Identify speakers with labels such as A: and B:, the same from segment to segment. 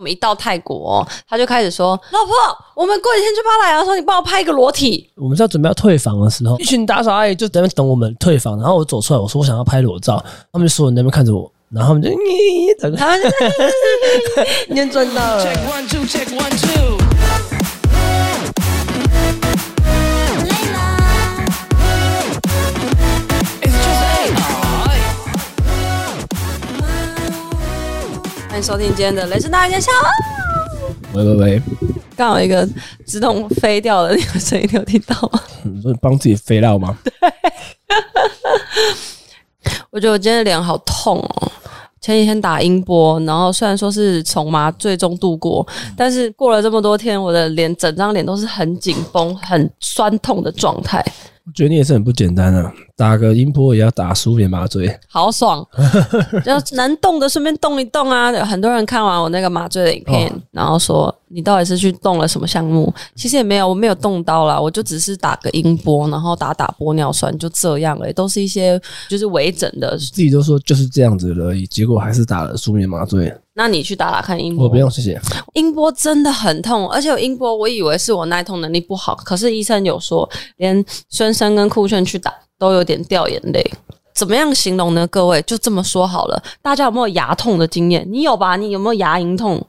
A: 我们一到泰国、哦他就开始说：“老婆，我们过几天就巴来啊，说你帮我拍一个 裸体。
B: 我们是要准备要退房的时候，一群打扫阿姨就在那边等我们退房，然后我走出来，我说我想要拍裸照，他们就所有人在那边看着我，然后他 们就整”个
A: 他们就 你就赚到了。
C: Check one, two, check one, two.
D: 累了，
C: It's just
A: 欢迎收听今天的《雷声大雨点小》啊。
B: 喂喂喂，
A: 刚好有一个自动飞掉的那个声音，你有听到吗？
B: 你嗯说帮自己飞到吗？
A: 我觉得我今天的脸好痛哦。前几天打音波，然后虽然说是从麻醉中度过，但是过了这么多天，我的脸整张脸都是很紧绷、很酸痛的状态，
B: 我觉得你也是很不简单啊，打个音波也要打十五点麻醉，
A: 好 爽！就是能动的顺便动一动啊。有很多人看完我那个麻醉的影片，
B: 哦
A: 然后说你到底是去动了什么项目？其实也没有，我没有动刀啦，我就只是打个音波，然后打打玻尿酸，就这样而已，都是一些就是微整的。
B: 自己都说就是这样子而已，结果还是打了十五点麻醉，
A: 那你去打打看音波，
B: 我不用谢谢，
A: 音波真的很痛，而且我音波我以为是我耐痛能力不好，可是医生有说，连孙生跟酷炫去打都有点掉眼泪。怎么样形容呢？各位就这么说好了。大家有没有牙痛的经验？你有吧？你有没有牙龈痛？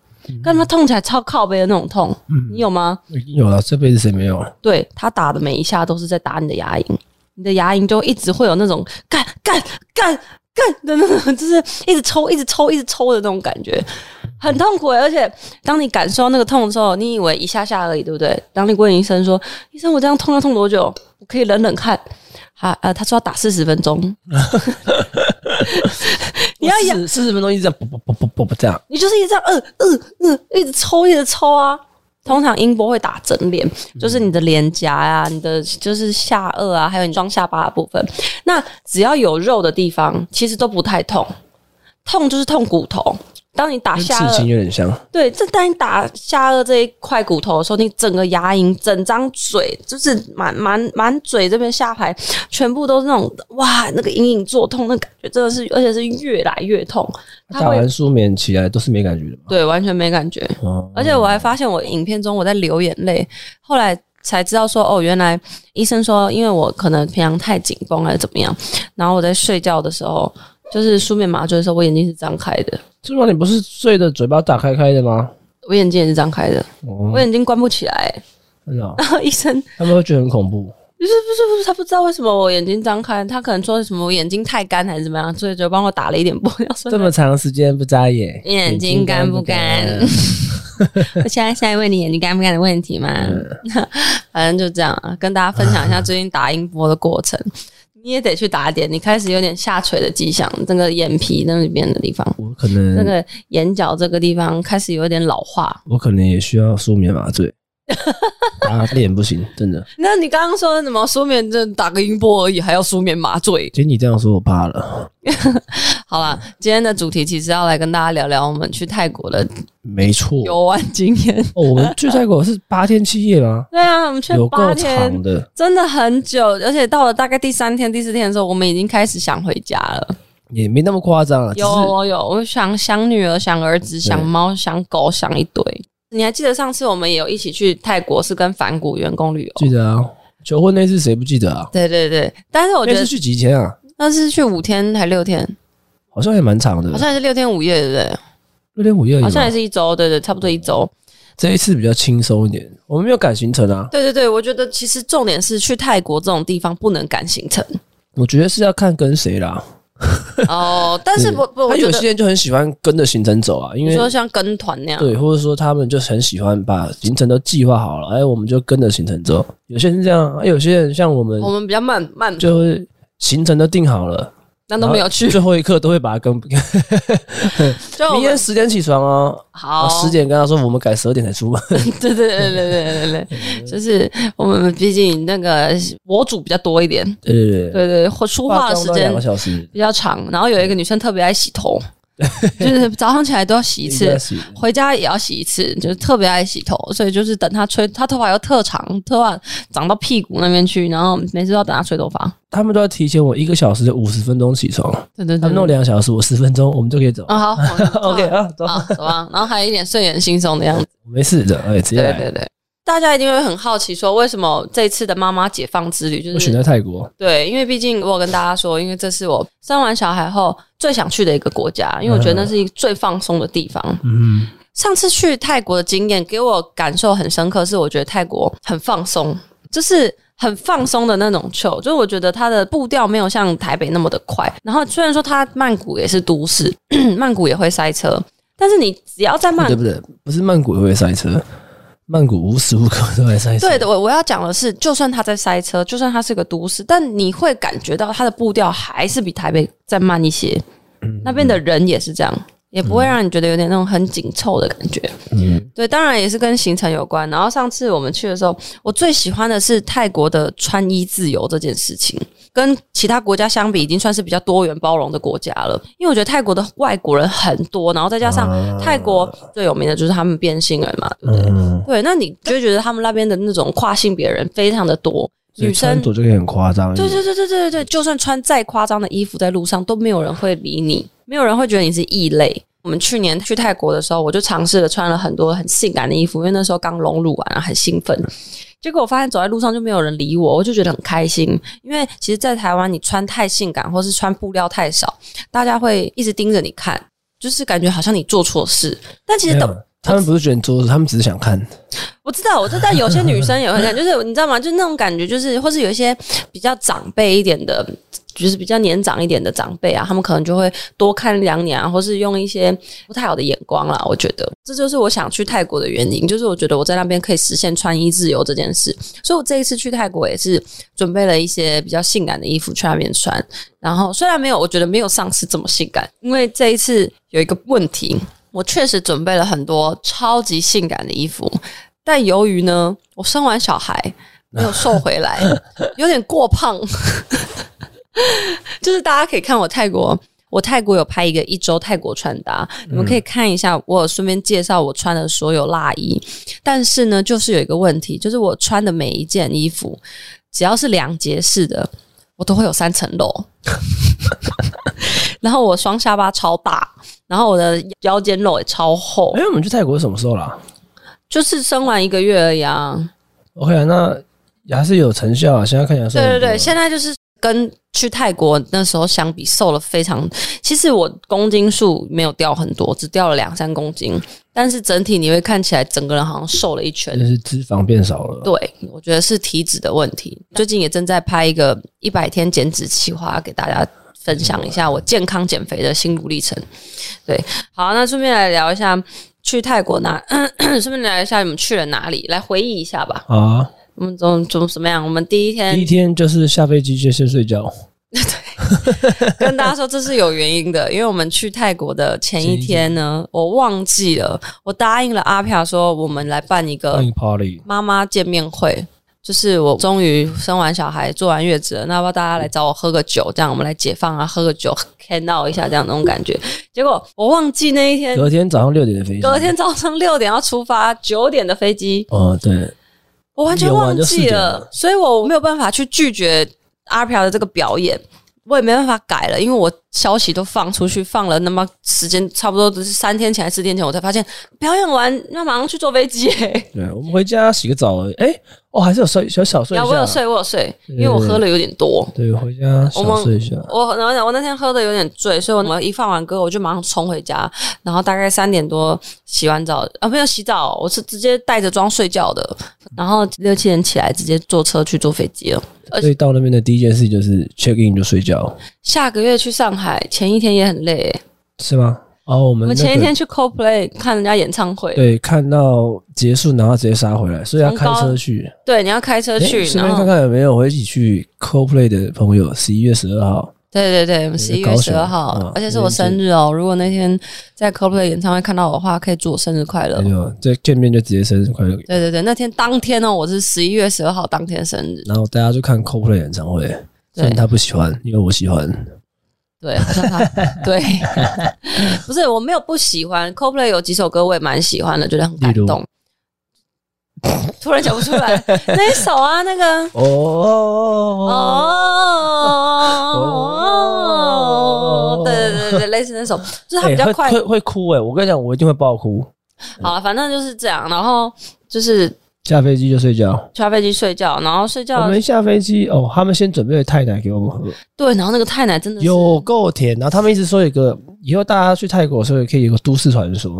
A: 跟他痛起来超靠背的那种痛，你有吗？
B: 有了这辈子谁没有？
A: 对他打的每一下都是在打你的牙龈，你的牙龈就一直会有那种干干干干的那种，就是一直抽、一直抽、一直抽的那种感觉，很痛苦、欸。而且当你感受到那个痛的时候，你以为一下下而已，对不对？当你问医生说：“医生，我这样痛要痛多久？我可以忍忍看。”啊呃，他说要打四十分钟， 你要养
B: 四四十分钟一直这样，啵啵啵啵啵啵这样，
A: 你就是一直这样，嗯嗯嗯，一直抽，一直抽啊。通常音波会打整脸，就是你的脸颊啊，你的就是下颚啊，还有你装下巴的部分。那只要有肉的地方，其实都不太痛，痛就是痛骨头。当你打
B: 跟
A: 下
B: 刺青
A: 颚，
B: 有点像，
A: 对，这当你打下颚这一块骨头的时候，你整个牙龈、整张嘴，就是满满满嘴这边下排，全部都是那种哇，那个隐隐作痛，那感觉真的是，而且是越来越痛。它
B: 打
A: 会
B: 完舒眠起来都是没感觉的嘛。
A: 对完全没感觉。
B: 哦，
A: 而且我还发现我影片中我在流眼泪，后来才知道说哦，原来医生说因为我可能平常太紧绷还是怎么样，然后我在睡觉的时候，就是舒眠麻醉的时候，我眼睛是张开的，
B: 是吗？你不是睡的嘴巴打开开的吗？
A: 我眼睛也是张开的，
B: 哦
A: 我，眼睛关不起来。
B: 真的哦，
A: 然后医生
B: 他们会觉得很恐怖。
A: 不是不是不是，他不知道为什么我眼睛张开，他可能说什么我眼睛太干还是怎么样，所以就帮我打了一点玻尿酸。
B: 这么长时间不眨眼，
A: 眼睛干不干
B: 眼睛干不干？
A: 我现在现在问你眼睛干不干的问题嘛， 反正就这样啊，跟大家分享一下最近打音波的过程。你也得去打点，你开始有点下垂的迹象，这个眼皮那里边的地方，
B: 我可
A: 那
B: 能，
A: 个眼角这个地方开始有点老化。
B: 我可能也需要舒眠 麻醉。打脸不行，真的。
A: 那你刚刚说的什么舒眠针打个音波而已，还要舒眠麻醉？
B: 听你这样说，我怕了。
A: 好啦，今天的主题其实要来跟大家聊聊我们去泰国的
B: 没错，
A: 游玩经验。
B: 哦，我们去泰国是八天七夜吗？
A: 对啊，我们去
B: 有
A: 八
B: 够
A: 天，
B: 长的，
A: 真的很久，而且到了大概第三天、第四天的时候，我们已经开始想回家了。
B: 也没那么夸张啊。只是
A: 有我有，我想想女儿、想儿子、想猫、想狗、想一堆。你还记得上次我们也有一起去泰国，是跟反谷员工旅游？
B: 记得啊，求婚那次谁不记得啊？
A: 对对对，但是我觉
B: 那
A: 得
B: 次去几天啊？
A: 那是去五天还六天，
B: 好像也蛮长的
A: 好，像也是六天五夜，对不对？
B: 六天五夜而已嘛。
A: 好像也是一周，对对，差不多一周。
B: 这一次比较轻松一点，我们没有赶行程啊。
A: 对对对，我觉得其实重点是去泰国这种地方不能赶行程
B: 我觉得是要看跟谁啦。
A: 哦。但是
B: 对
A: 不不，我
B: 嗯他
A: 觉
B: 有
A: 得
B: 些人就很喜欢跟着行程走啊，因
A: 你
B: 为
A: 说像跟团那样，
B: 对，或者说他们就很喜欢把行程都计划好了，哎，我们就跟着行程走。有些人是这样，哎有些人像我们
A: 我们比较慢慢，
B: 就会行程都定好了，
A: 但都没有去。
B: 最后一刻都会把它跟明
A: 就 我们
B: 天十点起床哦，
A: 好，
B: 十点跟他说我们改十二点才出门，
A: 对对对对对对
B: 嗯
A: 对，就是我们毕竟那个博主比较多一点，
B: 对对对，
A: 对对，或说话
B: 化
A: 的
B: 妆
A: 时
B: 都要
A: 间
B: 两个小时，
A: 比较长。然后有一个女生特别爱洗头，就是早上起来都要洗一
B: 应
A: 次
B: 该，是
A: 回家也要洗一次，就是特别爱洗头，所以就是等他吹，他头发又特长，头发长到屁股那边去，然后每次都要等他吹头发。
B: 他们都要提前我一个小时就五十分钟起床，
A: 对对
B: 他们弄两个小时，我十分钟我们就可以走。
A: 啊好
B: OK 啊，走，
A: 啊，走吧。然后还有一点睡眼惺忪的样子。
B: 没事的，哎，直接
A: 对
B: 来。
A: 对对，大家一定会很好奇，说为什么这次的妈妈解放之旅，就
B: 我选
A: 是
B: 在泰国，
A: 对，因为毕竟我有跟大家说，因为这是我生完小孩后最想去的一个国家，因为我觉得那是一个最放松的地方。
B: 嗯，
A: 上次去泰国的经验给我感受很深刻，是我觉得泰国很放松，就是。很放松的那种球，就是我觉得它的步调没有像台北那么的快。然后虽然说它曼谷也是都市， 曼谷也会塞车，但是你只要在曼
B: 不对不对，不是曼谷也会塞车，曼谷无时无刻都在塞车。
A: 对的，我我要讲的是，就算它在塞车，就算它是个都市，但你会感觉到它的步调还是比台北再慢一些。那边的人也是这样，也不会让你觉得有点那种很紧凑的感觉。
B: 嗯，
A: 对，当然也是跟行程有关。然后上次我们去的时候，我最喜欢的是泰国的穿衣自由这件事情，跟其他国家相比，已经算是比较多元包容的国家了。因为我觉得泰国的外国人很多，然后再加
B: 啊
A: 上泰国最有名的就是他们变性人嘛，对不对？
B: 嗯，
A: 对，那你就会觉得他们那边的那种跨性别人非常的多，
B: 所以
A: 女
B: 穿
A: 生。
B: 着就可以很夸张。
A: 对对对对对对，就算穿再夸张的衣服在路上都没有人会理你，没有人会觉得你是异类。我们去年去泰国的时候，我就尝试了穿了很多很性感的衣服，因为那时候刚隆乳完、啊，很兴奋。结果我发现走在路上就没有人理我，我就觉得很开心。因为其实，在台湾你穿太性感或是穿布料太少，大家会一直盯着你看，就是感觉好像你做错事。但其
B: 没
A: 实
B: 有，
A: 等
B: 他们不是觉得你做，他们只是想看。
A: 我知道，我知道有些女生也会这样，就是你知道吗？就是那种感觉，就是或是有一些比较长辈一点的，就是比较年长一点的长辈啊，他们可能就会多看两眼啊，或是用一些不太好的眼光啦。我觉得这就是我想去泰国的原因，就是我觉得我在那边可以实现穿衣自由这件事。所以我这一次去泰国也是准备了一些比较性感的衣服去那边穿，然后虽然没有，我觉得没有上次这么性感，因为这一次有一个问题，我确实准备了很多超级性感的衣服，但由于呢，我生完小孩没有瘦回来，有点过胖， 就是大家可以看我泰国。我泰国有拍一个一周泰国穿搭，你们可以看一下。我有顺便介绍我穿的所有辣衣，但是呢，就是有一个问题，就是我穿的每一件衣服，只要是两节式的，我都会有三层肉。 然后我双下巴超大，然后我的腰间肉也超厚
B: 哎，，我们去泰国是什么时候啦
A: 就是生完一个月而已啊。
B: ？OK 啊，那也还是有成效啊。现在看起来算
A: 对对
B: 很多
A: 对，现在就是跟去泰国那时候相比，瘦了非常。其实我公斤数没有掉很多，只掉了两三公斤，但是整体你会看起来整个人好像瘦了一圈。
B: 就是脂肪变少了。
A: 对，我觉得是体脂的问题。最近也正在拍一个一百天减脂计划，给大家分享一下我健康减肥的心路历程。对，好，那顺便来聊一下去泰国哪， 顺便聊一下你们去了哪里，来回忆一下吧。
B: 啊，
A: 我们怎么怎么怎么样？我们第一
B: 第
A: 天
B: 一天就是下飞机就先睡觉，
A: 跟大家说这是有原因的，因为我们去泰国的前一天呢，我忘记了，我答应了阿飘说我们来办一个
B: 那个 party。
A: 妈妈见面会，就是我终于生完小孩、坐完月子了，那要不要大家来找我喝个酒？这样我们来解放啊，喝个酒 c a n out 一下，这样那种感觉。结果我忘记那一天，
B: 隔天早上六点的飞机。
A: 隔天早上六点要出发，九点的飞机，
B: 哦，对，
A: 我完全忘记
B: 演完就4点
A: 了
B: 了，
A: 所以我没有办法去拒绝阿飘的这个表演，我也没办法改了，因为我消息都放出去，放了那么时间差不多都是三天前、还是四天前，我才发现表演完要马上去坐飞机、 欸。
B: 对，我们回家洗个澡而已。哎，哦，还是有睡，小小睡一
A: 然
B: 下。
A: 后我有睡，我有睡，
B: 对
A: 因为我喝了有点多。
B: 对，回家
A: 我
B: 小
A: 们
B: 睡一下。
A: 我然后我那天喝的有点醉，所以我一放完歌我就马上冲回家，然后大概三点多洗完澡啊，没有洗澡，我是直接带着妆睡觉的，然后六七点起来直接坐车去坐飞机了。而且
B: 所以到那边的第一件事就是 check in 就睡觉，
A: 下个月去上海，前一天也很累欸、
B: 是吗？哦，我
A: 我
B: 们
A: 们
B: 嗯那个
A: 前一天去 CoPlay 看人家演唱会，
B: 对看到结束，然后直接杀回来，所以要开车去。
A: 对，你要开车去
B: 诶，顺
A: 然
B: 便
A: 后
B: 看看有没有我一起去 CoPlay 的朋友，十一月十二号。
A: 对对对，十一
B: 高
A: 月
B: 雄
A: 十二号，
B: 嗯
A: 而且是我生日哦。如果那天在 CoPlay 演唱会看到我的话，可以祝我生日快乐
B: 那。就这见面就直接生日快乐，
A: 对对对，那天当天哦呢，我是十一月十二号当天生日。
B: 然后大家就看 CoPlay 演唱会。虽然他不喜欢，因为我喜欢。
A: 对，好像他 对，不是我没有不喜欢 Coldplay 有几首歌我也蛮喜欢的，觉得很感
B: 例如
A: 动。突然讲不出 来那一首啊，那个
B: 哦，
A: 哦，对对对对，类似那首，就是它
B: 哎
A: 比较
B: 会
A: 快
B: 会会哭哎！我跟你讲，我一定会爆哭。
A: 好了，反正就是这样。然后就是
B: 下飞机就睡觉。
A: 下飞机睡觉，然后睡
B: 我
A: 觉
B: 们下飞机哦，他们先准备了太奶给我们喝，
A: 对，然后那个太奶真的是
B: 有够甜。然后他们一直说有一个，以后大家去泰国的时候也可以有个都市传说，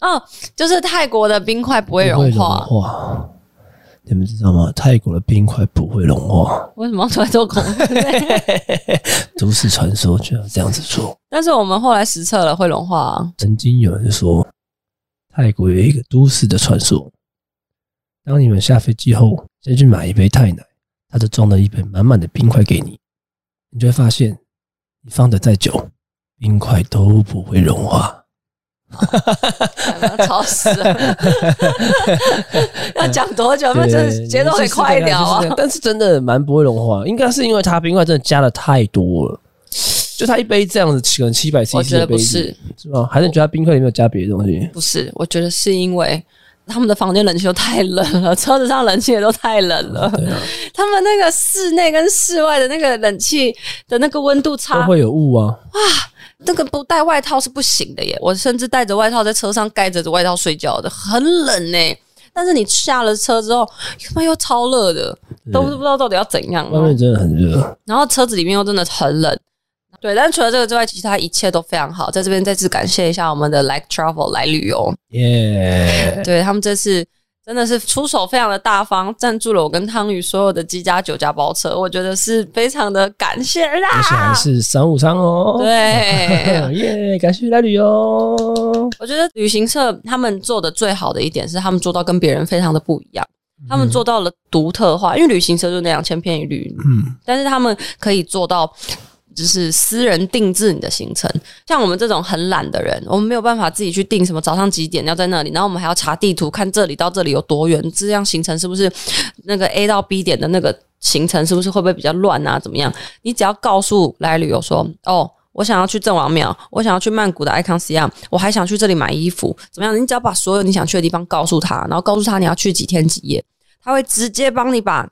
A: 哦，就是泰国的冰块不会
B: 不会
A: 融
B: 融
A: 化，
B: 化。你们知道吗？泰国的冰块不会融化，
A: 为什么要突然做恐怖？
B: 都市传说就要这样子做。
A: 但是我们后来实测了会融化、 啊，
B: 曾经有人说，泰国有一个都市的传说：当你们下飞机后，先去买一杯泰奶，它就装了一杯满满的冰块给你，你就会发现，你放的再久，冰块都不会融化。
A: 干嘛吵死了！要讲多久？那就是节奏得快一点
B: 啊
A: 啊！！
B: 但是真的蛮不会融化，应该是因为它冰块真的加的太多了。就它一杯这样子，可能七百 CC
A: 我
B: 的杯
A: 觉得不
B: 子
A: 是，
B: 是吗？还是你觉得它冰块里面有加别的东西？
A: 不是，我觉得是因为。他们的房间冷气都太冷了， 车子上冷气也都太冷了。
B: 对啊，
A: 他们那个室内跟室外的那个冷气的那个温度
B: 都
A: 差，
B: 会有雾啊。
A: 那个不带外套是不行的耶。我甚至带着外套在车上盖着外套睡觉的，很冷呢、但是你下了车之后，他妈又超热的，都不知道到底要怎样、
B: 外
A: 啊。
B: 面真的很热，
A: 然后车子里面又真的很冷。对，但除了这个之外，其他一切都非常好。在这边再次感谢一下我们的 Like Travel 来旅游，
B: 耶！
A: 对他们这次真的是出手非常的大方，赞助了我跟汤宇所有的机加酒加包车，我觉得是非常的感谢啦。
B: 而且还是商务舱哦。，
A: 啊对 啊
B: 耶！感谢来旅游。
A: 我觉得旅行社他们做的最好的一点是，他们做到跟别人非常的不一样，他们做到了独特化。因为旅行社就那样千篇一律，
B: 嗯，
A: 但是他们可以做到。就是私人定制你的行程，像我们这种很懒的人，我们没有办法自己去定什么早上几点要在那里，然后我们还要查地图看这里到这里有多远，这样行程是不是那个 A 到 B 点的那个行程是不是会不会比较乱啊？怎么样？你只要告诉来旅游说，哦，我想要去郑王庙，我想要去曼谷的 Icon C M，我还想去这里买衣服，怎么样？你只要把所有你想去的地方告诉他，然后告诉他你要去几天几夜，他会直接帮你把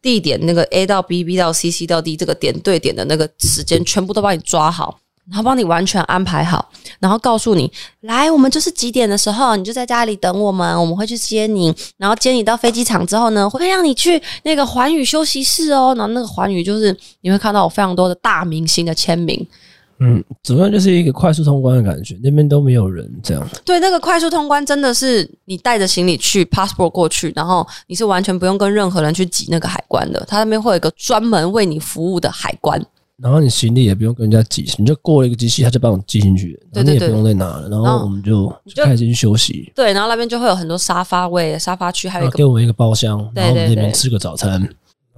A: 地点那个 A 到 B、B 到 C、C 到 D 这个点对点的那个时间全部都帮你抓好，然后帮你完全安排好，然后告诉你，来，我们就是几点的时候，你就在家里等我们，我们会去接你，然后接你到飞机场之后呢，会让你去那个环宇休息室哦，然后那个环宇就是你会看到有非常多的大明星的签名，
B: 嗯，主要就是一个快速通关的感觉，那边都没有人，这样
A: 对，那个快速通关真的是你带着行李去 passport 过去，然后你是完全不用跟任何人去挤那个海关的，他那边会有一个专门为你服务的海关。
B: 然后你行李也不用跟人家寄，你就过了一个机器，他就帮我寄进去，
A: 对
B: 然后你
A: 对
B: 也
A: 对
B: 不用再拿了，然
A: 然
B: 后
A: 后
B: 我们就
A: 就
B: 就开始去休息，
A: 对，然后那边就会有很多沙发位、沙发区，还有
B: 然
A: 一
B: 后
A: 个
B: 给我们一个包厢，
A: 对
B: 然后我
A: 对
B: 们那边
A: 对
B: 吃个早餐，然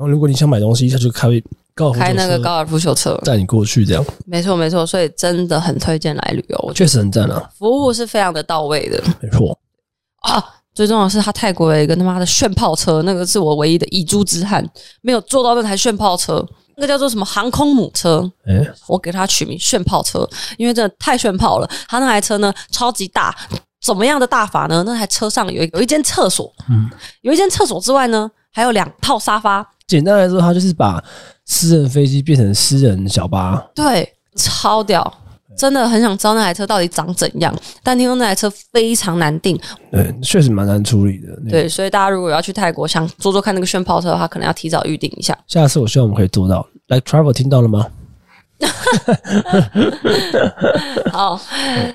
B: 后如果你想买东西，他就开高尔夫
A: 开
B: 球
A: 那个
B: 车嗯
A: 高尔夫球车。
B: 带你过去，这样
A: 没错，没错，所以真的很推荐来旅游，我觉
B: 确实很赞啊
A: 得，服务是非常的到位的
B: 没错。
A: 啊。最重要的是，他泰国有一个他妈的炫炮车，那个是我唯一的遗珠之憾，没有坐到那台炫炮车，那个叫做什么航空母车。
B: 哎、
A: 我给它取名炫炮车，因为真的太炫炮了。它那台车呢超级大，怎么样的大法呢？那台车上有一有一间厕所，
B: 嗯
A: 有一间厕所之外呢，还有两套沙发，
B: 简单来说，它就是把私人飞机变成私人小巴，
A: 对，超屌。真的很想知道那台车到底长怎样，但听说那台车非常难定，
B: 对，确实蛮难处理的。那个，
A: 对，所以大家如果要去泰国想坐坐看那个炫炮车的话，可能要提早预定一下。
B: 下次我希望我们可以做到。来、travel 听到了吗？
A: 好，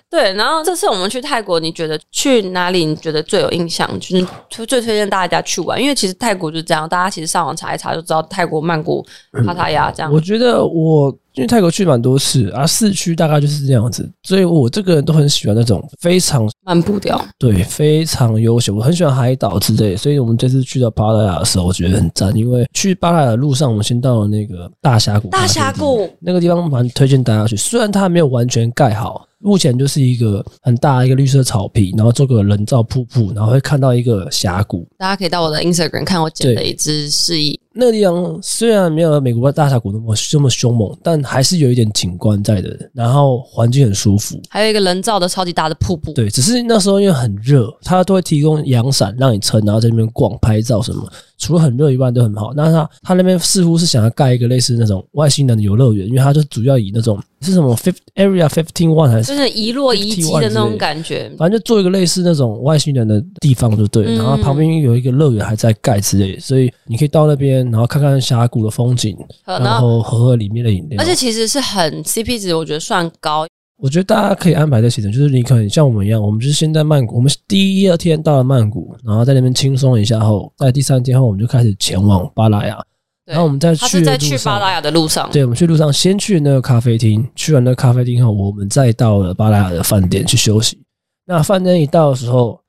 A: 对，然后这次我们去泰国，你觉得去哪里？你觉得最有印象？就是最最推荐大家去玩，因为其实泰国就这样，大家其实上网查一查就知道泰国曼谷、帕塔亚这样
B: 我。觉得我因为泰国去蛮多次啊，市区大概就是这样子，所以我这个人都很喜欢那种非常
A: 慢步调，
B: 对非常悠闲，我很喜欢海岛之类。所以我们这次去到芭拉雅的时候，我觉得很赞，因为去芭拉雅的路上，我们先到了那个大峡谷，
A: 大峡谷
B: 那个地方蛮推荐大家去，虽然它还没有完全盖好，目前就是一个很大的一个绿色草皮，然后做个人造瀑布，然后会看到一个峡谷。
A: 大家可以到我的 Instagram 看我剪
B: 对
A: 的一只示意，
B: 那个地方虽然没有美国大峡谷那么这么凶猛，但还是有一点景观在的，然后环境很舒服。
A: 还有一个人造的超级大的瀑布。
B: 对，只是那时候因为很热，它都会提供阳伞让你撑，然后在那边逛、拍照什么。除了很热以外都很好。那它它那边似乎是想要盖一个类似那种外星人的游乐园，因为它就主要以那种是什么 f i f Area Fifteen One 还
A: 就是是一落一击的那种感觉，
B: 反正就做一个类似那种外星人的地方就对了，
A: 嗯
B: 然后旁边有一个乐园还在盖之类的，所以你可以到那边，然后看看峡谷的风景，
A: 呃然
B: 然
A: 后
B: 后喝喝里面的饮料。
A: 而且其实是很 CP 值，我觉得算高，
B: 我觉得大家可以安排的行程，就是你可能像我们一样，我们就是先在曼谷，我们第一二天到了曼谷，然后在那边轻松一下后，在第三天后我们就开始前往巴拉雅，
A: 对
B: 然后我们在
A: 他是
B: 去的
A: 在
B: 路
A: 去巴
B: 上
A: 达雅的路上，
B: 对，我们去路上先去那个咖啡厅，去完那个咖啡厅后，我们再到了巴莱尔的饭店去休息。那饭店一到的时候，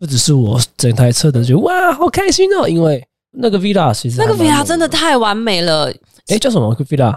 B: 不只是我整台车的人觉得哇，好开心哦，因为那个 villa 其实
A: 那个
B: 还蛮
A: VR 真的
B: 猛
A: 太完美了
B: 的，哎，叫什么那个 villa？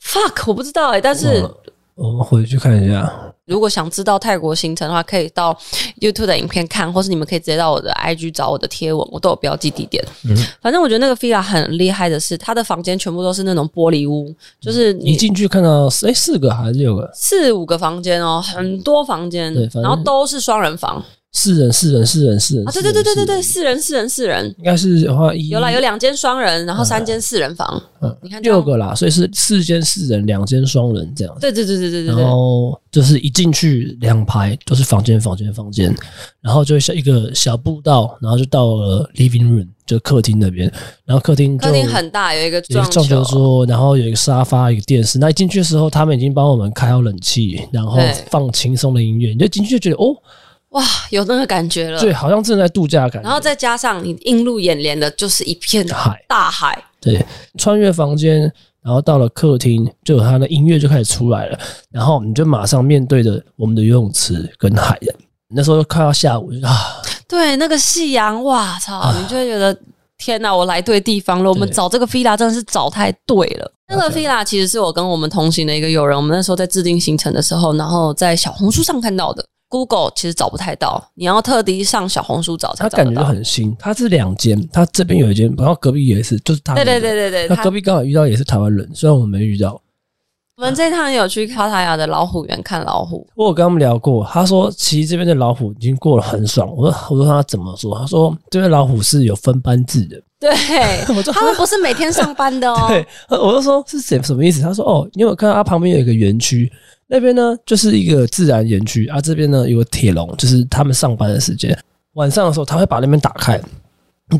A: ，fuck，我不知道哎、但
B: 忘
A: 是
B: 了我们回去看一下。
A: 如果想知道泰国行程的话，可以到 YouTube 的影片看，或是你们可以直接到我的 IG 找我的贴文，我都有标记地点。
B: 嗯
A: 反正我觉得那个 villa 很厉害的是，它的房间全部都是那种玻璃屋，就是
B: 你
A: 你
B: 嗯进去看到哎四个还是六个？
A: 四五个房间哦，很多房间
B: 对，反正
A: 然后都是双人房
B: 四人，四人，四人，四人。
A: 啊，对
B: 四
A: 对
B: 人
A: 对对对对，
B: 四人
A: 四人四人四人，
B: 应该是的话一
A: 有啦，有两间双人，然后三间四人房，
B: 嗯
A: 你看这样
B: 六个啦，所以是四间四人，两间双人这样。
A: 对对对对对对
B: 然
A: 对，
B: 后就是一进去两排都是房间、房间、房间，然后就像一个小步道，然后就到了 living room，就客厅那边。然后客厅就
A: 客厅很大，有一个
B: 有一
A: 撞
B: 个撞球桌，然后有一个沙发、一个电视。那一进去的时候，他们已经帮我们开好冷气，然后
A: 对
B: 放轻松的音乐，你就进去就觉得哦，
A: 哇，有那个感觉了。
B: 对，好像正在度假的感觉。
A: 然后再加上你映入眼帘的就是一片
B: 海
A: 大海，
B: 对，穿越房间，然后到了客厅，就有他的音乐就开始出来了，然后你就马上面对着我们的游泳池跟海了。那时候快要下午，就啊，
A: 对，那个夕阳，哇操！你就会觉得天哪，我来对地方了。我们
B: 对
A: 找这个 villa 真的是找太对了。那个 villa 其实是我跟我们同行的一个友人，我们那时候在制定行程的时候，然后在小红书上看到的。Google 其实找不太到，你要特地上小红书找才
B: 它
A: 找得
B: 感
A: 到。
B: 觉就很新，它是两间，它这边有一间，然后隔壁也是，就是他
A: 对对
B: 们的。
A: 对对对，
B: 那
A: 他
B: 隔壁刚好遇到也是台湾人，虽然我们没遇到。
A: 我们这趟有去卡塔亚的老虎园看老虎，
B: 我有跟他们聊过，他说其实这边的老虎已经过得很爽。我说我说他怎么说？他说这边老虎是有分班制的。
A: 对
B: 我就，
A: 他们不是每天上班 的哦。
B: 对，呃我就说是什什么意思？他说哦，因为我看到他旁边有一个园区，那边呢就是一个自然园区啊，这边呢有个铁笼，就是他们上班的时间，晚上的时候他会把那边打开，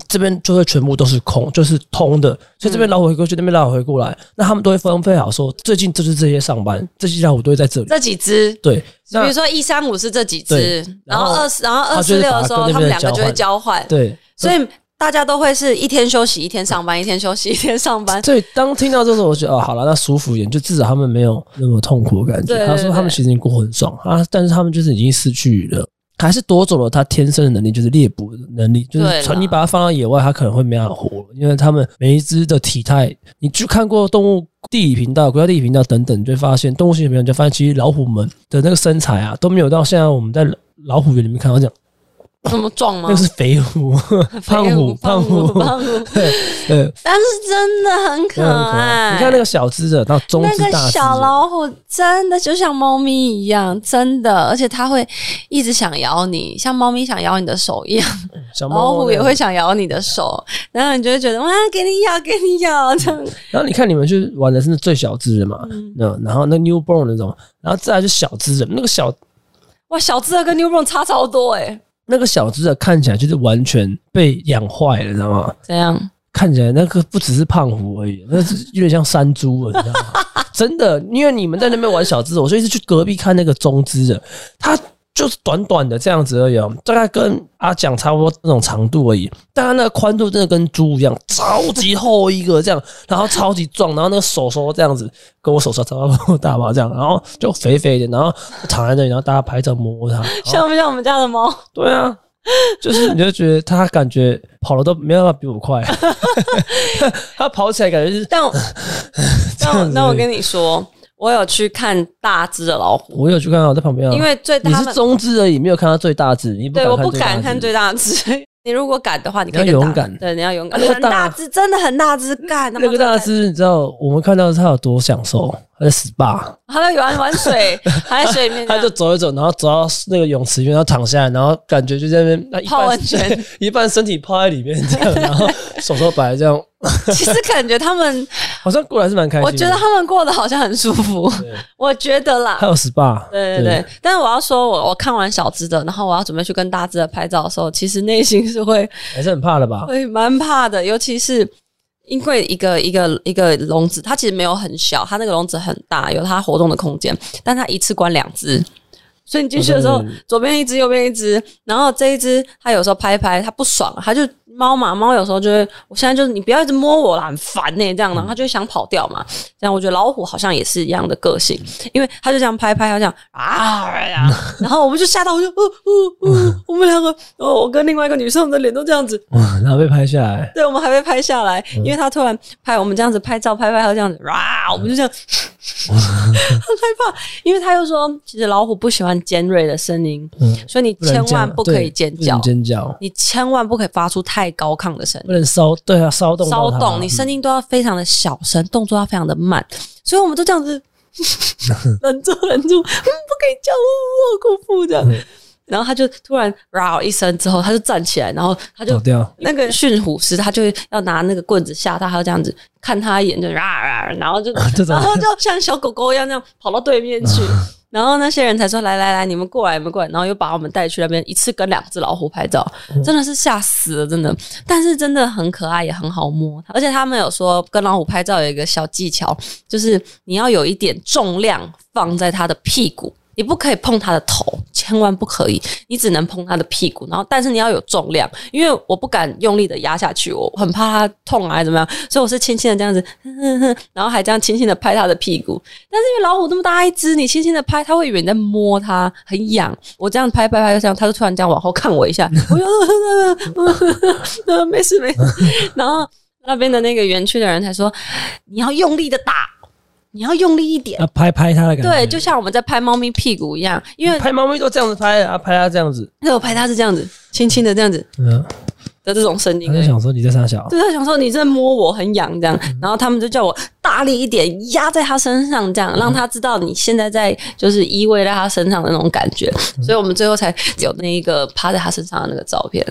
B: 这边就会全部都是空，就是通的，所以这边
A: 嗯
B: 老虎回过去，那边老虎回过来，那他们都会分配好说，最近就是这些上班，这些老虎都会在这里。
A: 这几只
B: 对，
A: 比
B: 那
A: 如说一三五是这几只
B: 对，
A: 然
B: 然
A: 后
B: 后
A: 二十，然后
B: 他
A: 二
B: 就
A: 四
B: 是
A: 六
B: 把
A: 的时候，
B: 跟那边
A: 他们两个
B: 交
A: 就会
B: 换
A: 交换，
B: 对，
A: 所以大家都会是一天休息，一天上班，一天休息，一天上 班。
B: 所以当听到这时候，我觉得哦，好了，那舒服一点，就至少他们没有那么痛苦的感觉。
A: 对对
B: 他说他们其实已经过很爽啊，但是他们就是已经失去了，还是夺走了他天生的能力，就是猎捕的能力，就
A: 对
B: 是
A: 啦
B: 从你把它放到野外，它可能会没办法活了，因为他们每一只的体态，你去看过动物地理频道、国家地理频道等等，你就会发现动物性频道，你就发现其实老虎们的那个身材啊，都没有到现在我们在老虎园里面看到这样，
A: 这么壮吗
B: 那？是 肥虎、胖虎、
A: 胖
B: 虎、
A: 胖虎，
B: 对对，
A: 但是真的很可
B: 真的很可
A: 爱。
B: 爱。你看那个小只的，到中
A: 那
B: 只、大
A: 个
B: 只的，
A: 小老虎真的就像猫咪一样，真的，而且它会一直想咬你，像猫咪想咬你的手一样，
B: 小
A: 老
B: 猫
A: 虎
B: 那
A: 也
B: 样
A: 会。想咬你的手，然后你就会觉得哇，给你咬，给你咬，这样
B: 然后你看你们去玩的是那最小只的嘛，
A: 嗯
B: 那然后那 newborn 那种，然后再来就小只的，那个小
A: 哇，小只的跟 Newborn 差超多哎、欸，
B: 那个小只的看起来就是完全被养坏了，知道吗？
A: 怎样？
B: 看起来那个不只是胖虎而已，那是有点像山猪了，你知道吗？真的，因为你们在那边玩小只的，我就一直去隔壁看那个中只的，它就是短短的这样子而已、哦，大概跟阿蒋差不多那种长度而已，但它那个宽度真的跟猪一样，超级厚一个这样，然后超级壮，然后那个手手这样子，跟我手手差不多大吧这样，然后就肥肥的，然后躺在那里，然后大家拍照摸摸它，然后
A: 像不像我们家的猫？
B: 对啊。就是你就觉得它感觉跑的都没办法比我 快，它跑起来感觉是
A: 但我但我
B: 哦样子
A: 但我
B: 而已
A: 跟你说，我有去看大只的老虎，
B: 我有去看啊，我在旁边啊。
A: 因为最大
B: 你
A: 他
B: 是
A: 们
B: 中字而已，没有看到最大字，你不
A: 对，我不
B: 最大
A: 敢看
B: 字
A: 最大只。 你如果敢的话，你可以
B: 你要
A: 更大
B: 勇敢
A: 对，你要勇敢，
B: 那个
A: 很
B: 大
A: 大只，真的很大只，干
B: 那个大，师，你知道我们看到他有多享受，他在 SPA，
A: 他在玩玩水，还在水里面这
B: 他
A: 样，
B: 就走一走，然后走到那个泳池边，然后躺下来，然后感觉就在那边那一半
A: 泡温泉，
B: 一半身体泡在里面这样，然后手手摆这样，
A: 其实感觉他 们，
B: 好像过来是蛮开心的。
A: 我觉得他们过得好像很舒服，我觉得啦
B: 还。有 SPA，
A: 对对对，但是我要说我我看完小只的，然后我要准备去跟大只的拍照的时候，其实内心是会
B: 还是很怕的吧？
A: 会蛮怕的，尤其是因为一个一个一个笼子，它其实没有很小，它那个笼子很大，有它活动的空间，但它一次关两只。所以你进去的时候
B: 嗯，
A: 左边一只，右边一只，然后这一只它有时候拍一拍，它不爽，它就猫嘛，猫有时候就会，我现在就是你不要一直摸我啦，很烦呢、这样，然后它就会想跑掉嘛。这样我觉得老虎好像也是一样的个性，因为它就这样拍拍，它这样啊呀，然后我们就吓到，我就呜呜呜，我们两个，哦，我跟另外一个女生，我们的脸都这样子，
B: 哇，然后被拍下来，
A: 对，我们还被拍下来，
B: 嗯
A: 因为他突然拍我们这样子拍照，拍拍他这样子，哇，我们就这样 很害怕，因为他又说，其实老虎不喜欢尖锐的声音，
B: 嗯，
A: 所以你
B: 不能
A: 千
B: 这样
A: 万不可以尖
B: 对不
A: 叫
B: 能，尖叫，
A: 你千万不可以发出太高亢的声音
B: 不，能骚，对啊，骚动
A: 骚
B: 到它
A: 动，你声音都要非常的小声，动作要非常的慢，所以我们都这样子 忍住忍住，嗯，不可以叫，呜，呜好恐怖这
B: 嗯
A: 样。然后他就突然哇一声之后，他就站起来，然后他就
B: 走掉，
A: 那个驯虎师，他就要拿那个棍子吓他，还要这样子看他一眼，就啊啊，然后就
B: 这种
A: 然
B: 啊
A: 后就像小狗狗一样这样跑到对面去， 然后那些人才说来来来，你们过来，你们过来，然后又把我们带去那边一次跟两只老虎拍照，
B: 嗯
A: 真的是吓死了，真的。但是真的很可爱，也很好摸，而且他们有说跟老虎拍照有一个小技巧，就是你要有一点重量放在它的屁股。你不可以碰它的头，千万不可以，你只能碰它的屁股。然后，但是你要有重量，因为我不敢用力的压下去，我很怕它痛啊，还是怎么样？所以我是轻轻的这样子，哼哼哼，然后还这样轻轻的拍它的屁股。但是因为老虎那么大一只，你轻轻的拍，它会以为你在摸它，很痒。我这样拍拍拍，这样它就突然这样往后看我一下，我就呃呃呃没事没事。然后那边的那个园区的人才说，你要用力的打，你要用力一点。
B: 要拍拍它的感觉，
A: 对，就像我们在拍猫咪屁股一样，因为
B: 拍猫咪都这样子拍啊，拍它这样子，
A: 那我拍它是这样子，轻轻的这样子
B: 嗯，
A: 的这种声音
B: 他
A: 而
B: 就
A: 已。
B: 想说你在傻小，
A: 对他想说你在摸我很痒这样，然后他们就叫我大力一点压在他身上，这样让他知道你现在在就是依偎在他身上的那种感觉，所以我们最后才有那一个趴在他身上的那个照片。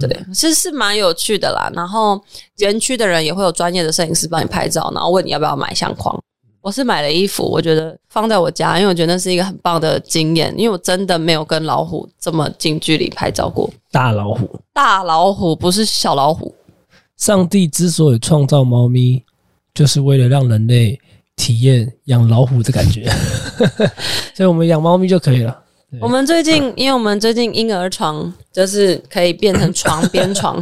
A: 对，其实是蛮有趣的啦。然后园区的人也会有专业的摄影师帮你拍照，然后问你要不要买相框。我是买了衣服，我觉得放在我家，因为我觉得那是一个很棒的经验，因为我真的没有跟老虎这么近距离拍照过。
B: 大老虎。
A: 大老虎不是小老虎，
B: 上帝之所以创造猫咪，就是为了让人类体验养老虎的感觉， 所以我们养猫咪就可以了。对
A: 我们最近，因为我们最近婴儿床就是可以变成床边床，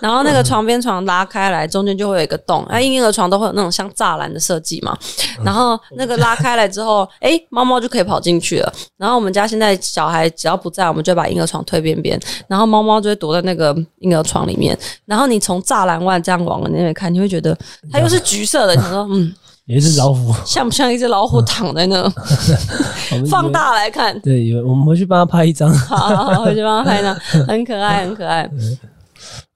A: 然后那个床边床拉开来，中间就会有一个洞。哎，婴儿床都会有那种像栅栏的设计嘛，然后那个拉开来之后，哎、猫猫就可以跑进去了。然后我们家现在小孩只要不在，我们就把婴儿床推边边，然后猫猫就会躲在那个婴儿床里面。然后你从栅栏外这样往那边看，你会觉得它又是橘色的，你想说嗯，
B: 有一只老虎，
A: 像不像一只老虎躺在那？
B: 我们以为
A: 放。大来看，
B: 对，以为我们回去帮它拍一张。然
A: 好，好好我就帮他拍呢，很可爱，很可爱。
B: 嗯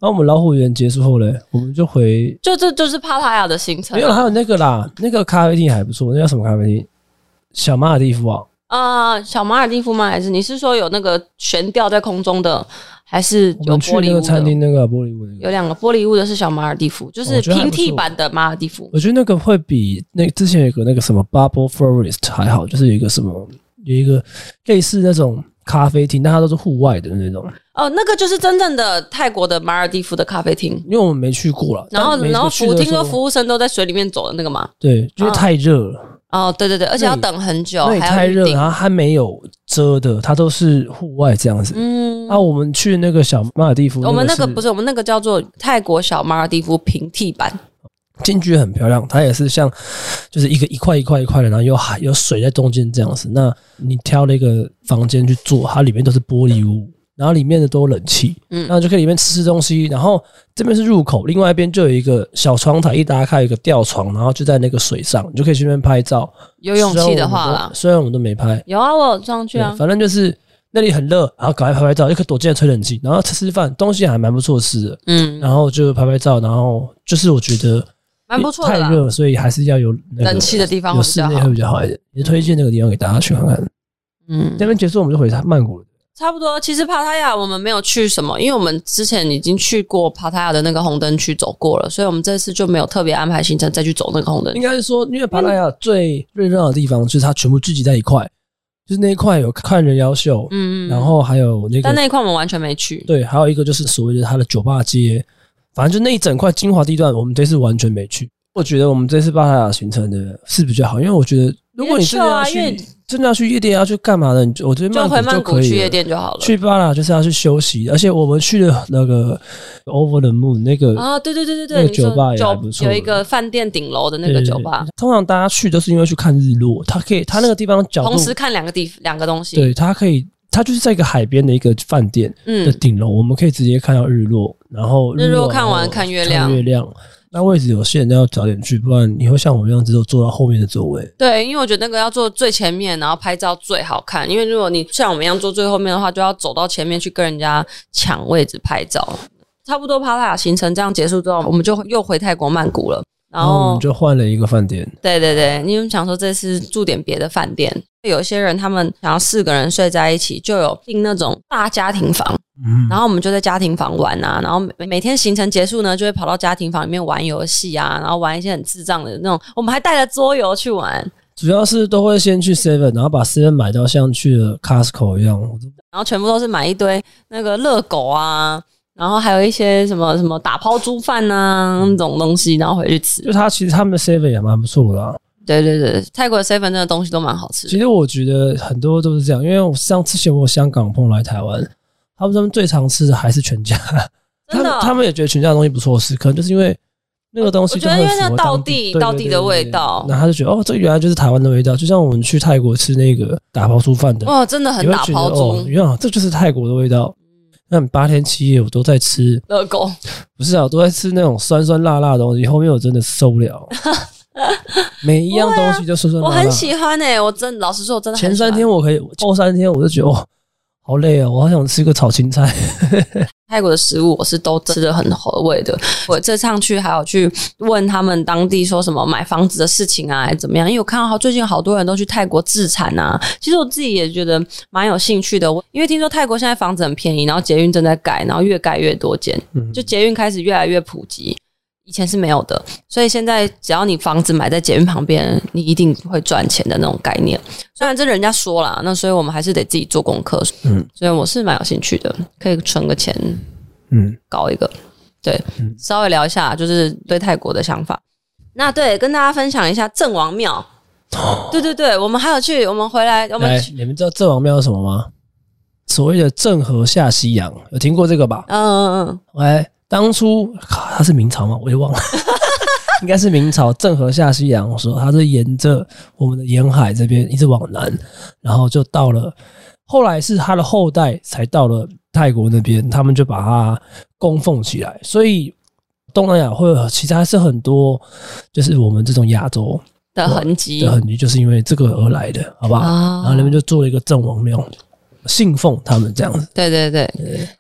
B: 后我们老虎园结束后嘞，我们就回
A: 就这就是帕塔亚的行程啊
B: 没有，还有那个啦，那个咖啡厅还不错，那叫什么咖啡厅？小马尔蒂夫啊，
A: 啊、呃小马尔蒂夫吗？还是你是说有那个悬吊在空中的，还是
B: 我
A: 有
B: 们去
A: 玻
B: 那
A: 璃
B: 个
A: 屋
B: 餐
A: 的？
B: 厅那个玻璃屋那个，
A: 有两个玻璃屋的是小马尔蒂夫，就
B: 我
A: 是
B: 觉得还
A: 平
B: 不
A: 替
B: 错
A: 版的马尔蒂夫。
B: 我觉得那个会比那之前有个那个什么 Bubble Forest 还好，就是有一个什么有一个类似那种咖啡厅，但它都是户外的那种，
A: 哦，那个就是真正的泰国的马尔蒂夫的咖啡厅。
B: 因为我们没去过了。
A: 然后，
B: 但每次
A: 然后
B: 去
A: 服
B: 的
A: 听
B: 时候
A: 说服务生都在水里面走的那个嘛。
B: 对，因为太热了，
A: 哦，对对对，而且
B: 那
A: 要
B: 里
A: 等很久，
B: 那也
A: 哦还
B: 太
A: 要预
B: 热，啊然
A: 定。
B: 后它没有遮的，它都是户外这样子。
A: 嗯，
B: 啊，我们去那个小马尔蒂夫，
A: 我们那个
B: 是
A: 不是，我们那个叫做泰国小马尔蒂夫平替版。
B: 进去很漂亮，它也是像就是一个一块一块一块的，然后有海有水在中间这样子。那你挑了一个房间去住，它里面都是玻璃屋，然后里面的都有冷气，
A: 嗯
B: 然后就可以里面吃吃东西。然后这边是入口，另外一边就有一个小窗台，一打开有一个吊床，然后就在那个水上，你就可以去那边拍照。
A: 有勇气的话
B: 虽然我们
A: 啦
B: 都，虽然我们都没拍，
A: 有啊，我有上去啊
B: 对，反正就是那里很热，然后赶快拍拍照，又可以躲进来吹冷气，然后吃吃饭，东西还蛮不错吃的，
A: 嗯，
B: 然后就拍拍照，然后就是我觉得
A: 蛮不错
B: 太
A: 的啦。
B: 热，所以还是要有那个
A: 冷气的地方
B: 有
A: 会比
B: 室
A: 较
B: 内
A: 好
B: 会，比较好一点。也推荐那个地方给大家去看看。
A: 嗯
B: 这，边结束，我们就回曼谷了。
A: 差不多。其实帕塔亚我们没有去什么，因为我们之前已经去过帕塔亚的那个红灯区走过了，所以我们这次就没有特别安排行程再去走那个红灯
B: 应
A: 区。
B: 该是说，因为帕拉亚最热闹的地方就是它全部聚集在一块，就是那一块有看人妖秀，
A: 嗯，
B: 然后还有那
A: 但
B: 个
A: 那一块我们完全没去。
B: 对，还有一个就是所谓的它的酒吧街，反正就那一整块精华地段，我们这次完全没去。我觉得我们这次巴拉雅行程的是比较好，因为我觉得如果你真的要
A: 也很
B: 去
A: 秀啊因为，
B: 真的要去夜店要去干嘛的，你就我觉
A: 就
B: 得
A: 回
B: 曼谷就
A: 曼谷
B: 可以
A: 去
B: 了
A: 夜店就好了。
B: 去巴拉就是要去休息，而且我们去的那个 Over the Moon 那个
A: 啊，对对对对对，
B: 那个
A: 你说
B: 酒吧也还
A: 酒
B: 不错
A: 有一个饭店顶楼的那个酒吧
B: 对对对，通常大家去都是因为去看日落，它可以，它那个地方角
A: 同
B: 度，
A: 时看两个地两个东西。
B: 对，它可以，它就是在一个海边的一个饭店的
A: 嗯，
B: 顶楼，我们可以直接看到日落，然后
A: 日落
B: 落
A: 看完
B: 然后
A: 看月亮
B: 看月亮。那位置有限，那要早点去，不然你会像我一样，只有坐到后面的座位。
A: 对，因为我觉得那个要坐最前面，然后拍照最好看。因为如果你像我们一样坐最后面的话，就要走到前面去跟人家抢位置拍照。差不多帕塔亚行程这样结束之后，我们就又回泰国曼谷了。然
B: 然后我
A: 后
B: 们哦就换了一个饭店，
A: 对对对，因为想说这次住点别的饭店，有一些人他们想要四个人睡在一起，就有订那种大家庭房，
B: 嗯，
A: 然后我们就在家庭房玩啊，然后每每天行程结束呢，就会跑到家庭房里面玩游戏啊，然后玩一些很智障的那种，我们还带了桌游去玩，
B: 主要是都会先去 Seven，然后把 Seven 买到像去了 Costco 一样，我都
A: 然后全部都是买一堆那个热狗啊，然后还有一些什么什么打抛猪饭啊那种东西，然后回去吃。
B: 就它其实他们的 Seven 也蛮不错的、啊，
A: 对对对，泰国的 seven 真的东西都蛮好吃的
B: 其实我觉得很多都是这样，因为我上次前我有香港朋友来台湾，他们他们最常吃的还是全家，
A: 真
B: 他
A: 的
B: 们他们也觉得全家的东西不错吃，可能就是因为那个东西
A: 我
B: 就
A: 觉得
B: 很
A: 因为
B: 符
A: 那
B: 合
A: 个道
B: 当
A: 地
B: 对对
A: 道
B: 对
A: 地
B: 对
A: 的
B: 对
A: 味
B: 对
A: 道
B: 然后他就觉得哦，这原来就是台湾的味道，就像我们去泰国吃那个打抛猪饭的，
A: 哦，真的
B: 你
A: 很
B: 会
A: 打
B: 觉得
A: 抛
B: 哦
A: 猪，嗯
B: 原来这就是泰国的味道。那你八天七夜我都在吃，
A: 热狗，
B: 不是啊，我都在吃那种酸酸辣辣的东西，后面我真的受不 了，每一样东西都酸酸辣
A: 我
B: 辣。
A: 很喜欢诶、我真老实说，我真的很
B: 前
A: 喜欢
B: 三天我可以，后三天我就觉得哦，好累哦，我好想吃个炒青菜。
A: 泰国的食物我是都吃的很合味的。我这趟去还有去问他们当地说什么买房子的事情啊，还是怎么样？因为我看到好最近好多人都去泰国自产啊。其实我自己也觉得蛮有兴趣的，我因为听说泰国现在房子很便宜，然后捷运正在盖，然后越盖越多间，
B: 嗯
A: 就捷运开始越来越普及。以前是没有的，所以现在只要你房子买在捷运旁边，你一定会赚钱的那种概念。虽然这人家说啦，那所以我们还是得自己做功课。
B: 嗯
A: 所以我是蛮有兴趣的，可以存个钱
B: 嗯，
A: 搞一个。对，
B: 嗯
A: 稍微聊一下，就是对泰国的想法。那对，跟大家分享一下郑王庙。
B: 哦
A: 对对对，我们还有去，我们回来，我们
B: 来
A: 去，
B: 哎你们知道郑王庙是什么吗？所谓的郑和下西洋，有听过这个吧？
A: 嗯嗯嗯，
B: 哎，当初靠它是明朝吗？我也忘了， 应该是明朝。郑和下西洋，我说它是沿着我们的沿海这边一直往南，然后就到了，后来是他的后代才到了泰国那边，他们就把它供奉起来，所以。东南亚会有，其实还是很多，就是我们这种亚洲
A: 的痕迹
B: 的痕迹，就是因为这个而来的，好不好？
A: 啊
B: 然后那边就做了一个郑王庙，信奉他们这样子，
A: 对对对，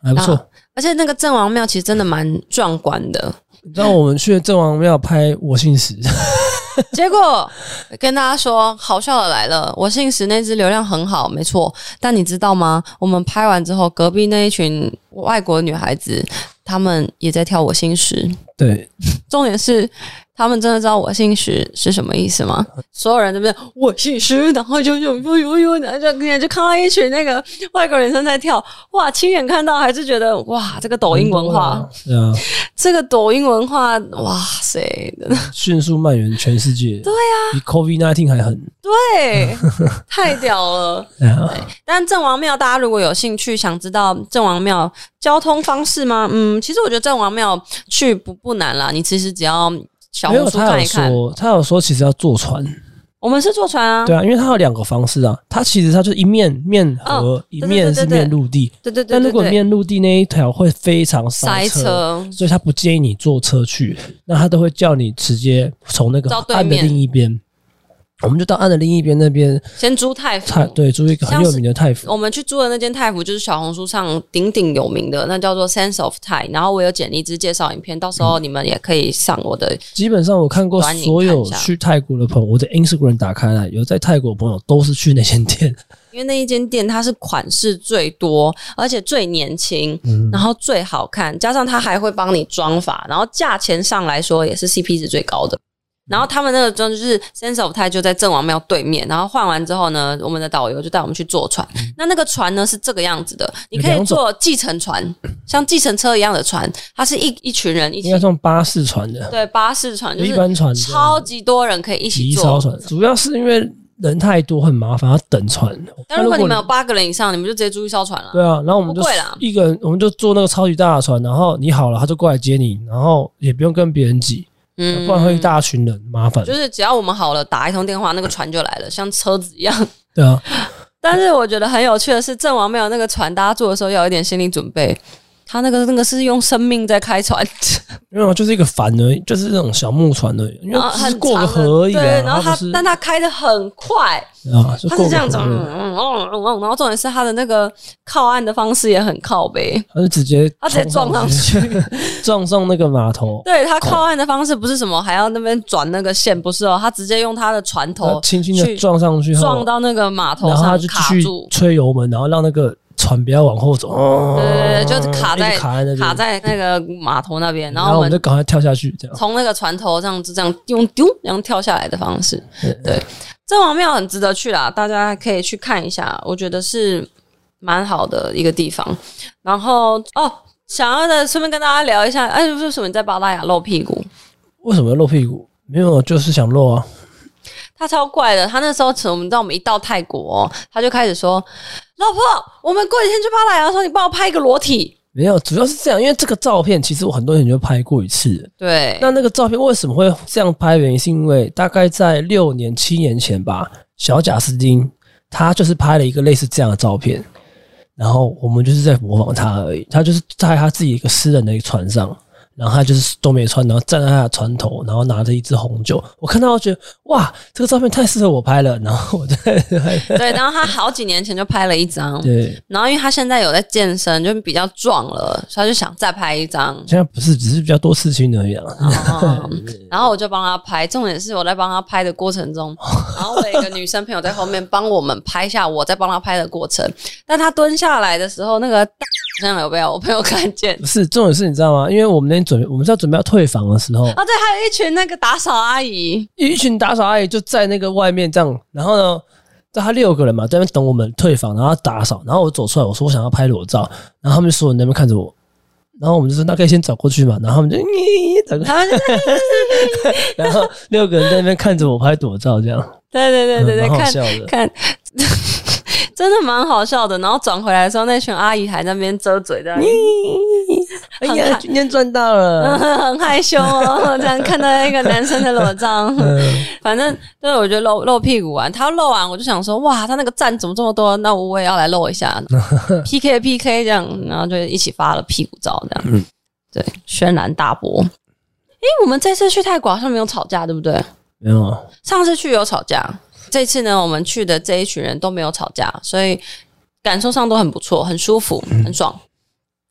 B: 还不错。
A: 啊而且那个郑王庙其实真的蛮壮观 的。
B: 你知道我们去郑王庙拍《我姓石》，
A: 结果跟大家说，好笑的来了，我信使那支流量很好，没错。但你知道吗？我们拍完之后，隔壁那一群外国女孩子，她们也在跳我信使。
B: 对，
A: 重点是，他们真的知道我姓石是什么意思吗？所有人这边我姓石，然后就就呦呦呦，然后就就看到一群那个外国人生在跳，哇，亲眼看到还是觉得哇，这个抖音文化，
B: 对啊，
A: 这个抖音文化，哇塞，真的
B: 迅速蔓延全世界。对啊，比 COVID nineteen 还狠。
A: 对，太屌了。
B: 对啊，
A: 但郑王庙，大家如果有兴趣想知道郑王庙交通方式吗？嗯，其实我觉得郑王庙去不不难啦，你其实只要小
B: 没
A: 红
B: 有
A: 书
B: 他
A: 看
B: 有
A: 一看，啊
B: 说，他有说其实要坐船，
A: 我们是坐船啊，
B: 对啊，因为它有两个方式啊，它其实它就是一面面河
A: 哦，
B: 一
A: 对
B: 面是
A: 对对对
B: 面陆地。
A: 对对对对对，
B: 但如果面陆地那一条会非常塞
A: 塞
B: 车，
A: 车，
B: 所以他不建议你坐车去，那他都会叫你直接从那个
A: 到对
B: 岸的
A: 面
B: 另一边，我们就到岸的另一边那边
A: 先租太府
B: 太，对租一个很有名的太府，
A: 我们去住的那间泰服就是小红书上鼎鼎有名的，那叫做 Sense of Thai。然后我有剪了一支介绍影片，到时候你们也可以上我的。
B: 基本上我看过
A: 短影
B: 所有
A: 看一下
B: 去泰国的朋友，我的 Instagram 打开来，有在泰国的朋友都是去那 间店，
A: 因为那一间店它是款式最多，而且最年轻，
B: 嗯
A: 然后最好看，加上它还会帮你装法，然后价钱上来说也是 CP 值最高的。然后他们那个庄就是 Sense of Thai 就在郑王庙对面，然后换完之后呢，我们的导游就带我们去坐船。那那个船呢是这个样子的，你
B: 有
A: 可以
B: 嗯两种
A: 坐计程船，像计程车一样的船，它是一一群人一起
B: 应该算巴士船的，
A: 对，巴士船就
B: 一
A: 是
B: 般船
A: 超级多人可以一起
B: 极少
A: 坐。
B: 船，主要是因为人太多很麻烦，要等船。
A: 但如果你们
B: 那
A: 有八个人以上，你们就直接租一艘船了。
B: 对啊，然后我们就
A: 不贵啦
B: 一个人，我们就坐那个超级大的船，然后你好了，他就过来接你，然后也不用跟别人挤，
A: 嗯
B: 不然会一大群人麻烦。
A: 就是只要我们好了，打一通电话，那个船就来了，像车子一样。
B: 对啊，
A: 但是我觉得很有趣的是，郑王庙那个船，大家坐的时候要有一点心理准备。他那个那个是用生命在开船，
B: 因为我啊就是一个帆而已，就是那种小木船而已，因为
A: 然后
B: 只是
A: 很
B: 过
A: 长的
B: 个河而已啊
A: 对，然后
B: 它
A: 他
B: 不是
A: 但他开的很快，
B: 啊，就
A: 他
B: 过
A: 是
B: 个
A: 这样子，
B: 河
A: 嗯
B: 而已，
A: 嗯嗯嗯嗯，然后重点是他的那个靠岸的方式也很靠背，
B: 它就直接
A: 它直接撞
B: 去，撞上那个码头，
A: 对他靠岸的方式不是什么还要那边转那个线，不是哦，他直接用他的船
B: 它
A: 头
B: 轻轻的
A: 去
B: 撞上去后，
A: 撞到那个码头
B: 然后他
A: 上
B: 就
A: 卡
B: 继续
A: 住，
B: 吹油门，然后让那个船不要往后走，哦
A: 对对对，就是卡
B: 一
A: 在
B: 直卡在那边嗯
A: 卡在那个码头那边，然
B: 然后
A: 后
B: 我
A: 我
B: 们就
A: 们
B: 赶快跳下去，这样
A: 从那个船头这样就这样用丢这样跳下来的方式，
B: 嗯
A: 对，郑王庙很值得去啦，大家可以去看一下，我觉得是蛮好的一个地方。然后哦，想要的顺便跟大家聊一下，哎，为什么你在巴达雅露屁股？
B: 为什么要露屁股？没有，就是想露啊。
A: 他超怪的，他那时候从我们知道我们一到泰国、他就开始说：“老婆，我们过几天去巴达雅的时候，你帮我拍一个裸体。
B: 没有，主要是这样，因为这个照片其实我很多年就拍过一次。”
A: 对，
B: 那那个照片为什么会这样拍？原因是因为大概在六年、七年前吧，小贾斯汀他就是拍了一个类似这样的照片，然后我们就是在模仿他而已。他就是在他自己一个私人的一个船上，然后他就是都没穿，然后站在他的船头，然后拿着一支红酒。我看到我觉得哇，这个照片太适合我拍了，然后我就
A: 对，然后他好几年前就拍了一张，
B: 对。
A: 然后因为他现在有在健身，就比较壮了，所以他就想再拍一 张。
B: 现在不是，只是比较多事情而已啊。
A: 哦然后我就帮他拍，重点是我在帮他拍的过程 中，然后我有一个女生朋友在后面帮我们拍下我在帮他拍的过程。但他蹲下来的时候，那个好像有被我朋友看见
B: 不，是重点是，你知道吗？因为我们那天准备，我们是要准备要退房的时候，
A: 哦，对，还有一群那个打扫阿 姨，
B: 一群打扫阿姨就在那个外面这样，然后呢，在他六个人嘛，在那边等我们退房，然后打扫，然后我走出来，我说我想要拍裸照，然后他们就所有人在那边看着我，然后我们就说那可以先走过去嘛，然后他们就，整个
A: 他们就
B: 然后六个人 在那边看着我拍裸照，这样，
A: 对对对对对，
B: 嗯蛮好笑
A: 看
B: 的。
A: 看， 真的蛮好笑的。然后转回来的时候，那群阿姨还在那边遮嘴的，
B: 哎
A: 很
B: 呀，
A: 看
B: 今天赚到了，
A: 很害羞哦， 这样看到一个男生的裸照。反正对，我觉得露露屁股完，啊他露完我就想说，哇，他那个赞怎么这么多？那我也要来露一下 ，PK PK 这样，然后就一起发了屁股照这样。对，轩然大波。诶，我们这次去泰国好像没有吵架，对不对？
B: 没有啊，
A: 上次去有吵架，这次呢，我们去的这一群人都没有吵架，所以感受上都很不错，很舒服，很爽。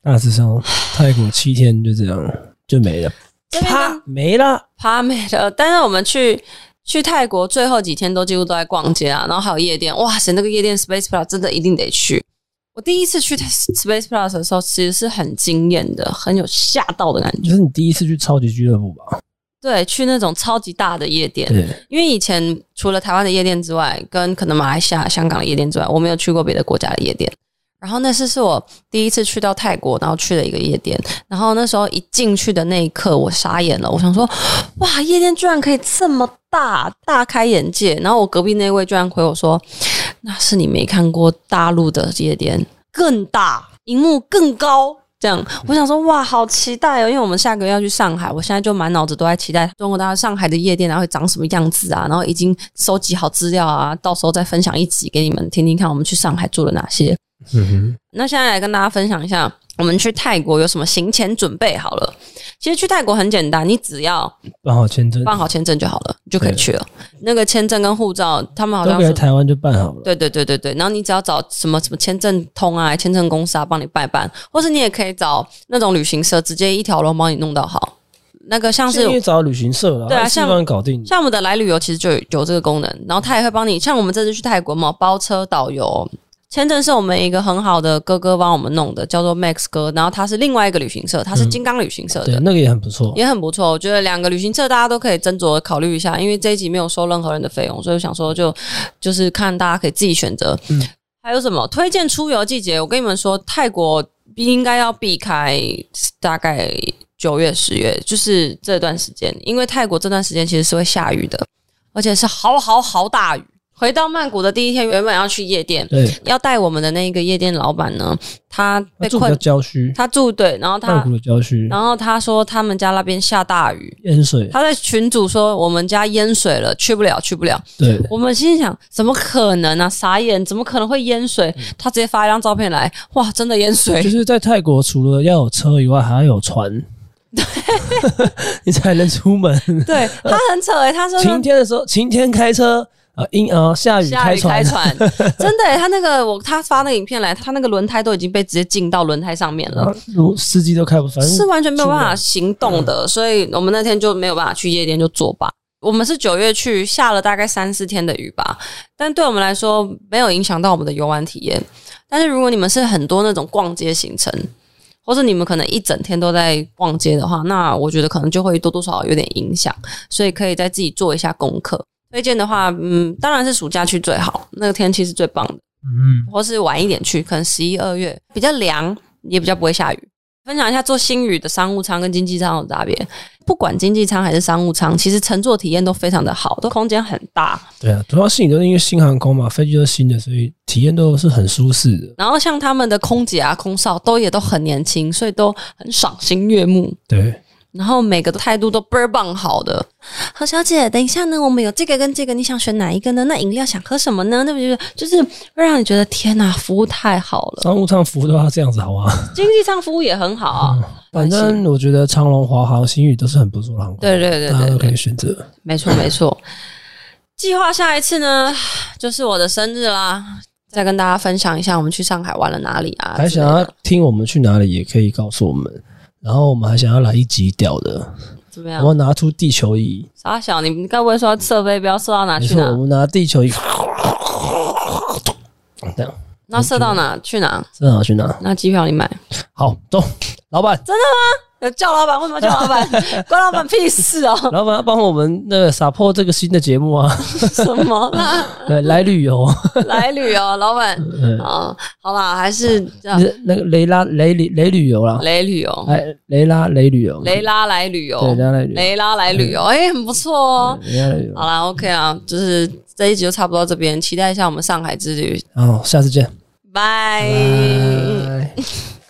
B: 大致上泰国七天就这样就没了，
A: 这边
B: 啪没了，
A: 帕美的，但是我们去去泰国最后几天都几乎都在逛街啊，然后还有夜店，哇塞，那个夜店 Space Plus 真的一定得去。我第一次去 Space Plus 的时候，其实是很惊艳的，很有吓到的感觉。
B: 就是你第一次去超级俱乐部吧？
A: 对，去那种超级大的夜店，
B: 对，
A: 因为以前除了台湾的夜店之外，跟可能马来西亚、香港的夜店之外，我没有去过别的国家的夜店。然后那次是我第一次去到泰国，然后去了一个夜店。然后那时候一进去的那一刻，我傻眼了，我想说，哇，夜店居然可以这么大，大开眼界。然后我隔壁那位居然回我说，那是你没看过大陆的夜店，更大，荧幕更高，这样，我想说哇，好期待哦！因为我们下个月要去上海，我现在就满脑子都在期待中国大陆上海的夜店啊会长什么样子啊，然后已经收集好资料啊，到时候再分享一集给你们听听看，我们去上海做了哪些。
B: 嗯
A: 那现在来跟大家分享一下，我们去泰国有什么行前准备好了。其实去泰国很简单，你只要
B: 哼，办好签证，
A: 办好签证就好了，你就可以去了。那个签证跟护照，他们好
B: 都
A: 像
B: 可以在
A: 是
B: 台湾就办好了。
A: 对对对对对，然后你只要找什么什么签证通啊、签证公司啊帮你办办，或是你也可以找那种旅行社直接一条龙帮你弄到好。那个像是
B: 因为找旅行社了，
A: 对啊
B: 他自己
A: 像
B: 帮你搞定。
A: 像我们的来旅游其实就有有这个功能，然后他也会帮你，像我们这次去泰国嘛，包车导游。签证是我们一个很好的哥哥帮我们弄的，叫做 Max 哥，然后他是另外一个旅行社，他
B: 嗯
A: 是金刚旅行社的，
B: 对，那个也很不错。
A: 也很不错。我觉得两个旅行社大家都可以斟酌考虑一下，因为这一集没有收任何人的费用，所以我想说就就是看大家可以自己选择。
B: 嗯
A: 还有什么推荐出游季节？我跟你们说，泰国应该要避开大概九月、十月，就是这段时间，因为泰国这段时间其实是会下雨的，而且是好好好大雨。回到曼谷的第一天，原本要去夜店，
B: 对，
A: 要带我们的那个夜店老板呢，他
B: 他
A: 被
B: 住比较
A: 困，
B: 郊区，
A: 他住对，然后他
B: 曼谷的郊区，
A: 然后他说他们家那边下大雨，
B: 淹水。
A: 他在群主说我们家淹水了，去不了，去不了。
B: 对，
A: 我们心想怎么可能啊？傻眼，怎么可能会淹水？他直接发一张照片来，哇，真的淹
B: 嗯就
A: 水。
B: 是在泰国，除了要有车以外，还要有船， 你才能出门。
A: 对啊他很扯哎、欸，他说
B: 晴天的时候，晴天开车啊，阴啊，下雨
A: 下
B: 开
A: 雨开
B: 船。
A: 船，真的、欸，他那个我他发那个影片来，他那个轮胎都已经被直接浸到轮胎上面了。
B: 啊如司机都开不，反正嗯
A: 是完全没有办法
B: 出
A: 行动的，所以我们那天就没有办法去夜店，就作罢。我们是九月去，下了大概三四天的雨吧，但对我们来说没有影响到我们的游玩体验。但是如果你们是很多那种逛街行程，或者你们可能一整天都在逛街的话，那我觉得可能就会多多少少有点影响，所以可以再自己做一下功课。推荐的话，嗯，当然是暑假去最好，那个天气是最棒的。
B: 嗯，
A: 或是晚一点去，可能十一二月比较凉，也比较不会下雨。分享一下坐新宇的商务舱跟经济舱有差别，不管经济舱还是商务舱，其实乘坐体验都非常的好，都空间很大。
B: 对啊，主要是你都是因为新航空嘛，飞机都是新的，所以体验都是很舒适的。
A: 然后像他们的空姐啊、空少都也都很年轻，所以都很赏心悦目。
B: 对，
A: 然后每个态度都倍儿棒，好的。何小姐，等一下呢，我们有这个跟这个，你想选哪一个呢？那饮料想喝什么呢？对不对？就是会让你觉得天哪，服务太好了。
B: 商务舱服务都要这样子，好啊。
A: 经济舱服务也很好啊。
B: 反正我觉得长龙、华航、新宇都是很不错的航空，
A: 对对对对
B: 大家
A: 对
B: 都可以选择。
A: 没错，没错。计划下一次呢，就是我的生日啦，再跟大家分享一下我们去上海玩了哪里啊之类的。
B: 还想要听我们去哪里，也可以告诉我们。然后我们还想要来一集屌的，
A: 怎么
B: 我
A: 样？
B: 们拿出地球仪，
A: 傻小，你你该不会说射飞镖射到哪
B: 没
A: 去
B: 错，我
A: 哪？
B: 们拿地球仪，这样
A: 那射到哪去哪？
B: 这样拿去拿。
A: 那机票你买？
B: 好，走，老板，
A: 呃叫老板为什么叫老 板？关老板屁事哦！
B: 老板要帮我们那个撒破这个新的节 目啊，
A: 什么啦？
B: 来来旅游，
A: 啊来旅游，老板
B: 嗯
A: 啊，好啦，还是这样
B: 那个雷拉雷旅雷旅游啦，
A: 雷旅游，
B: 哎，雷拉雷旅游，
A: 雷拉来旅游，
B: 对雷拉来旅游
A: 雷拉来旅游，哎，很不错哦。
B: 雷拉雷旅游。
A: 好啦，OK 啦，就是这一集就差不多到这边，期待一下我们上海之旅，
B: 好，下次见，
A: 拜。
B: 拜。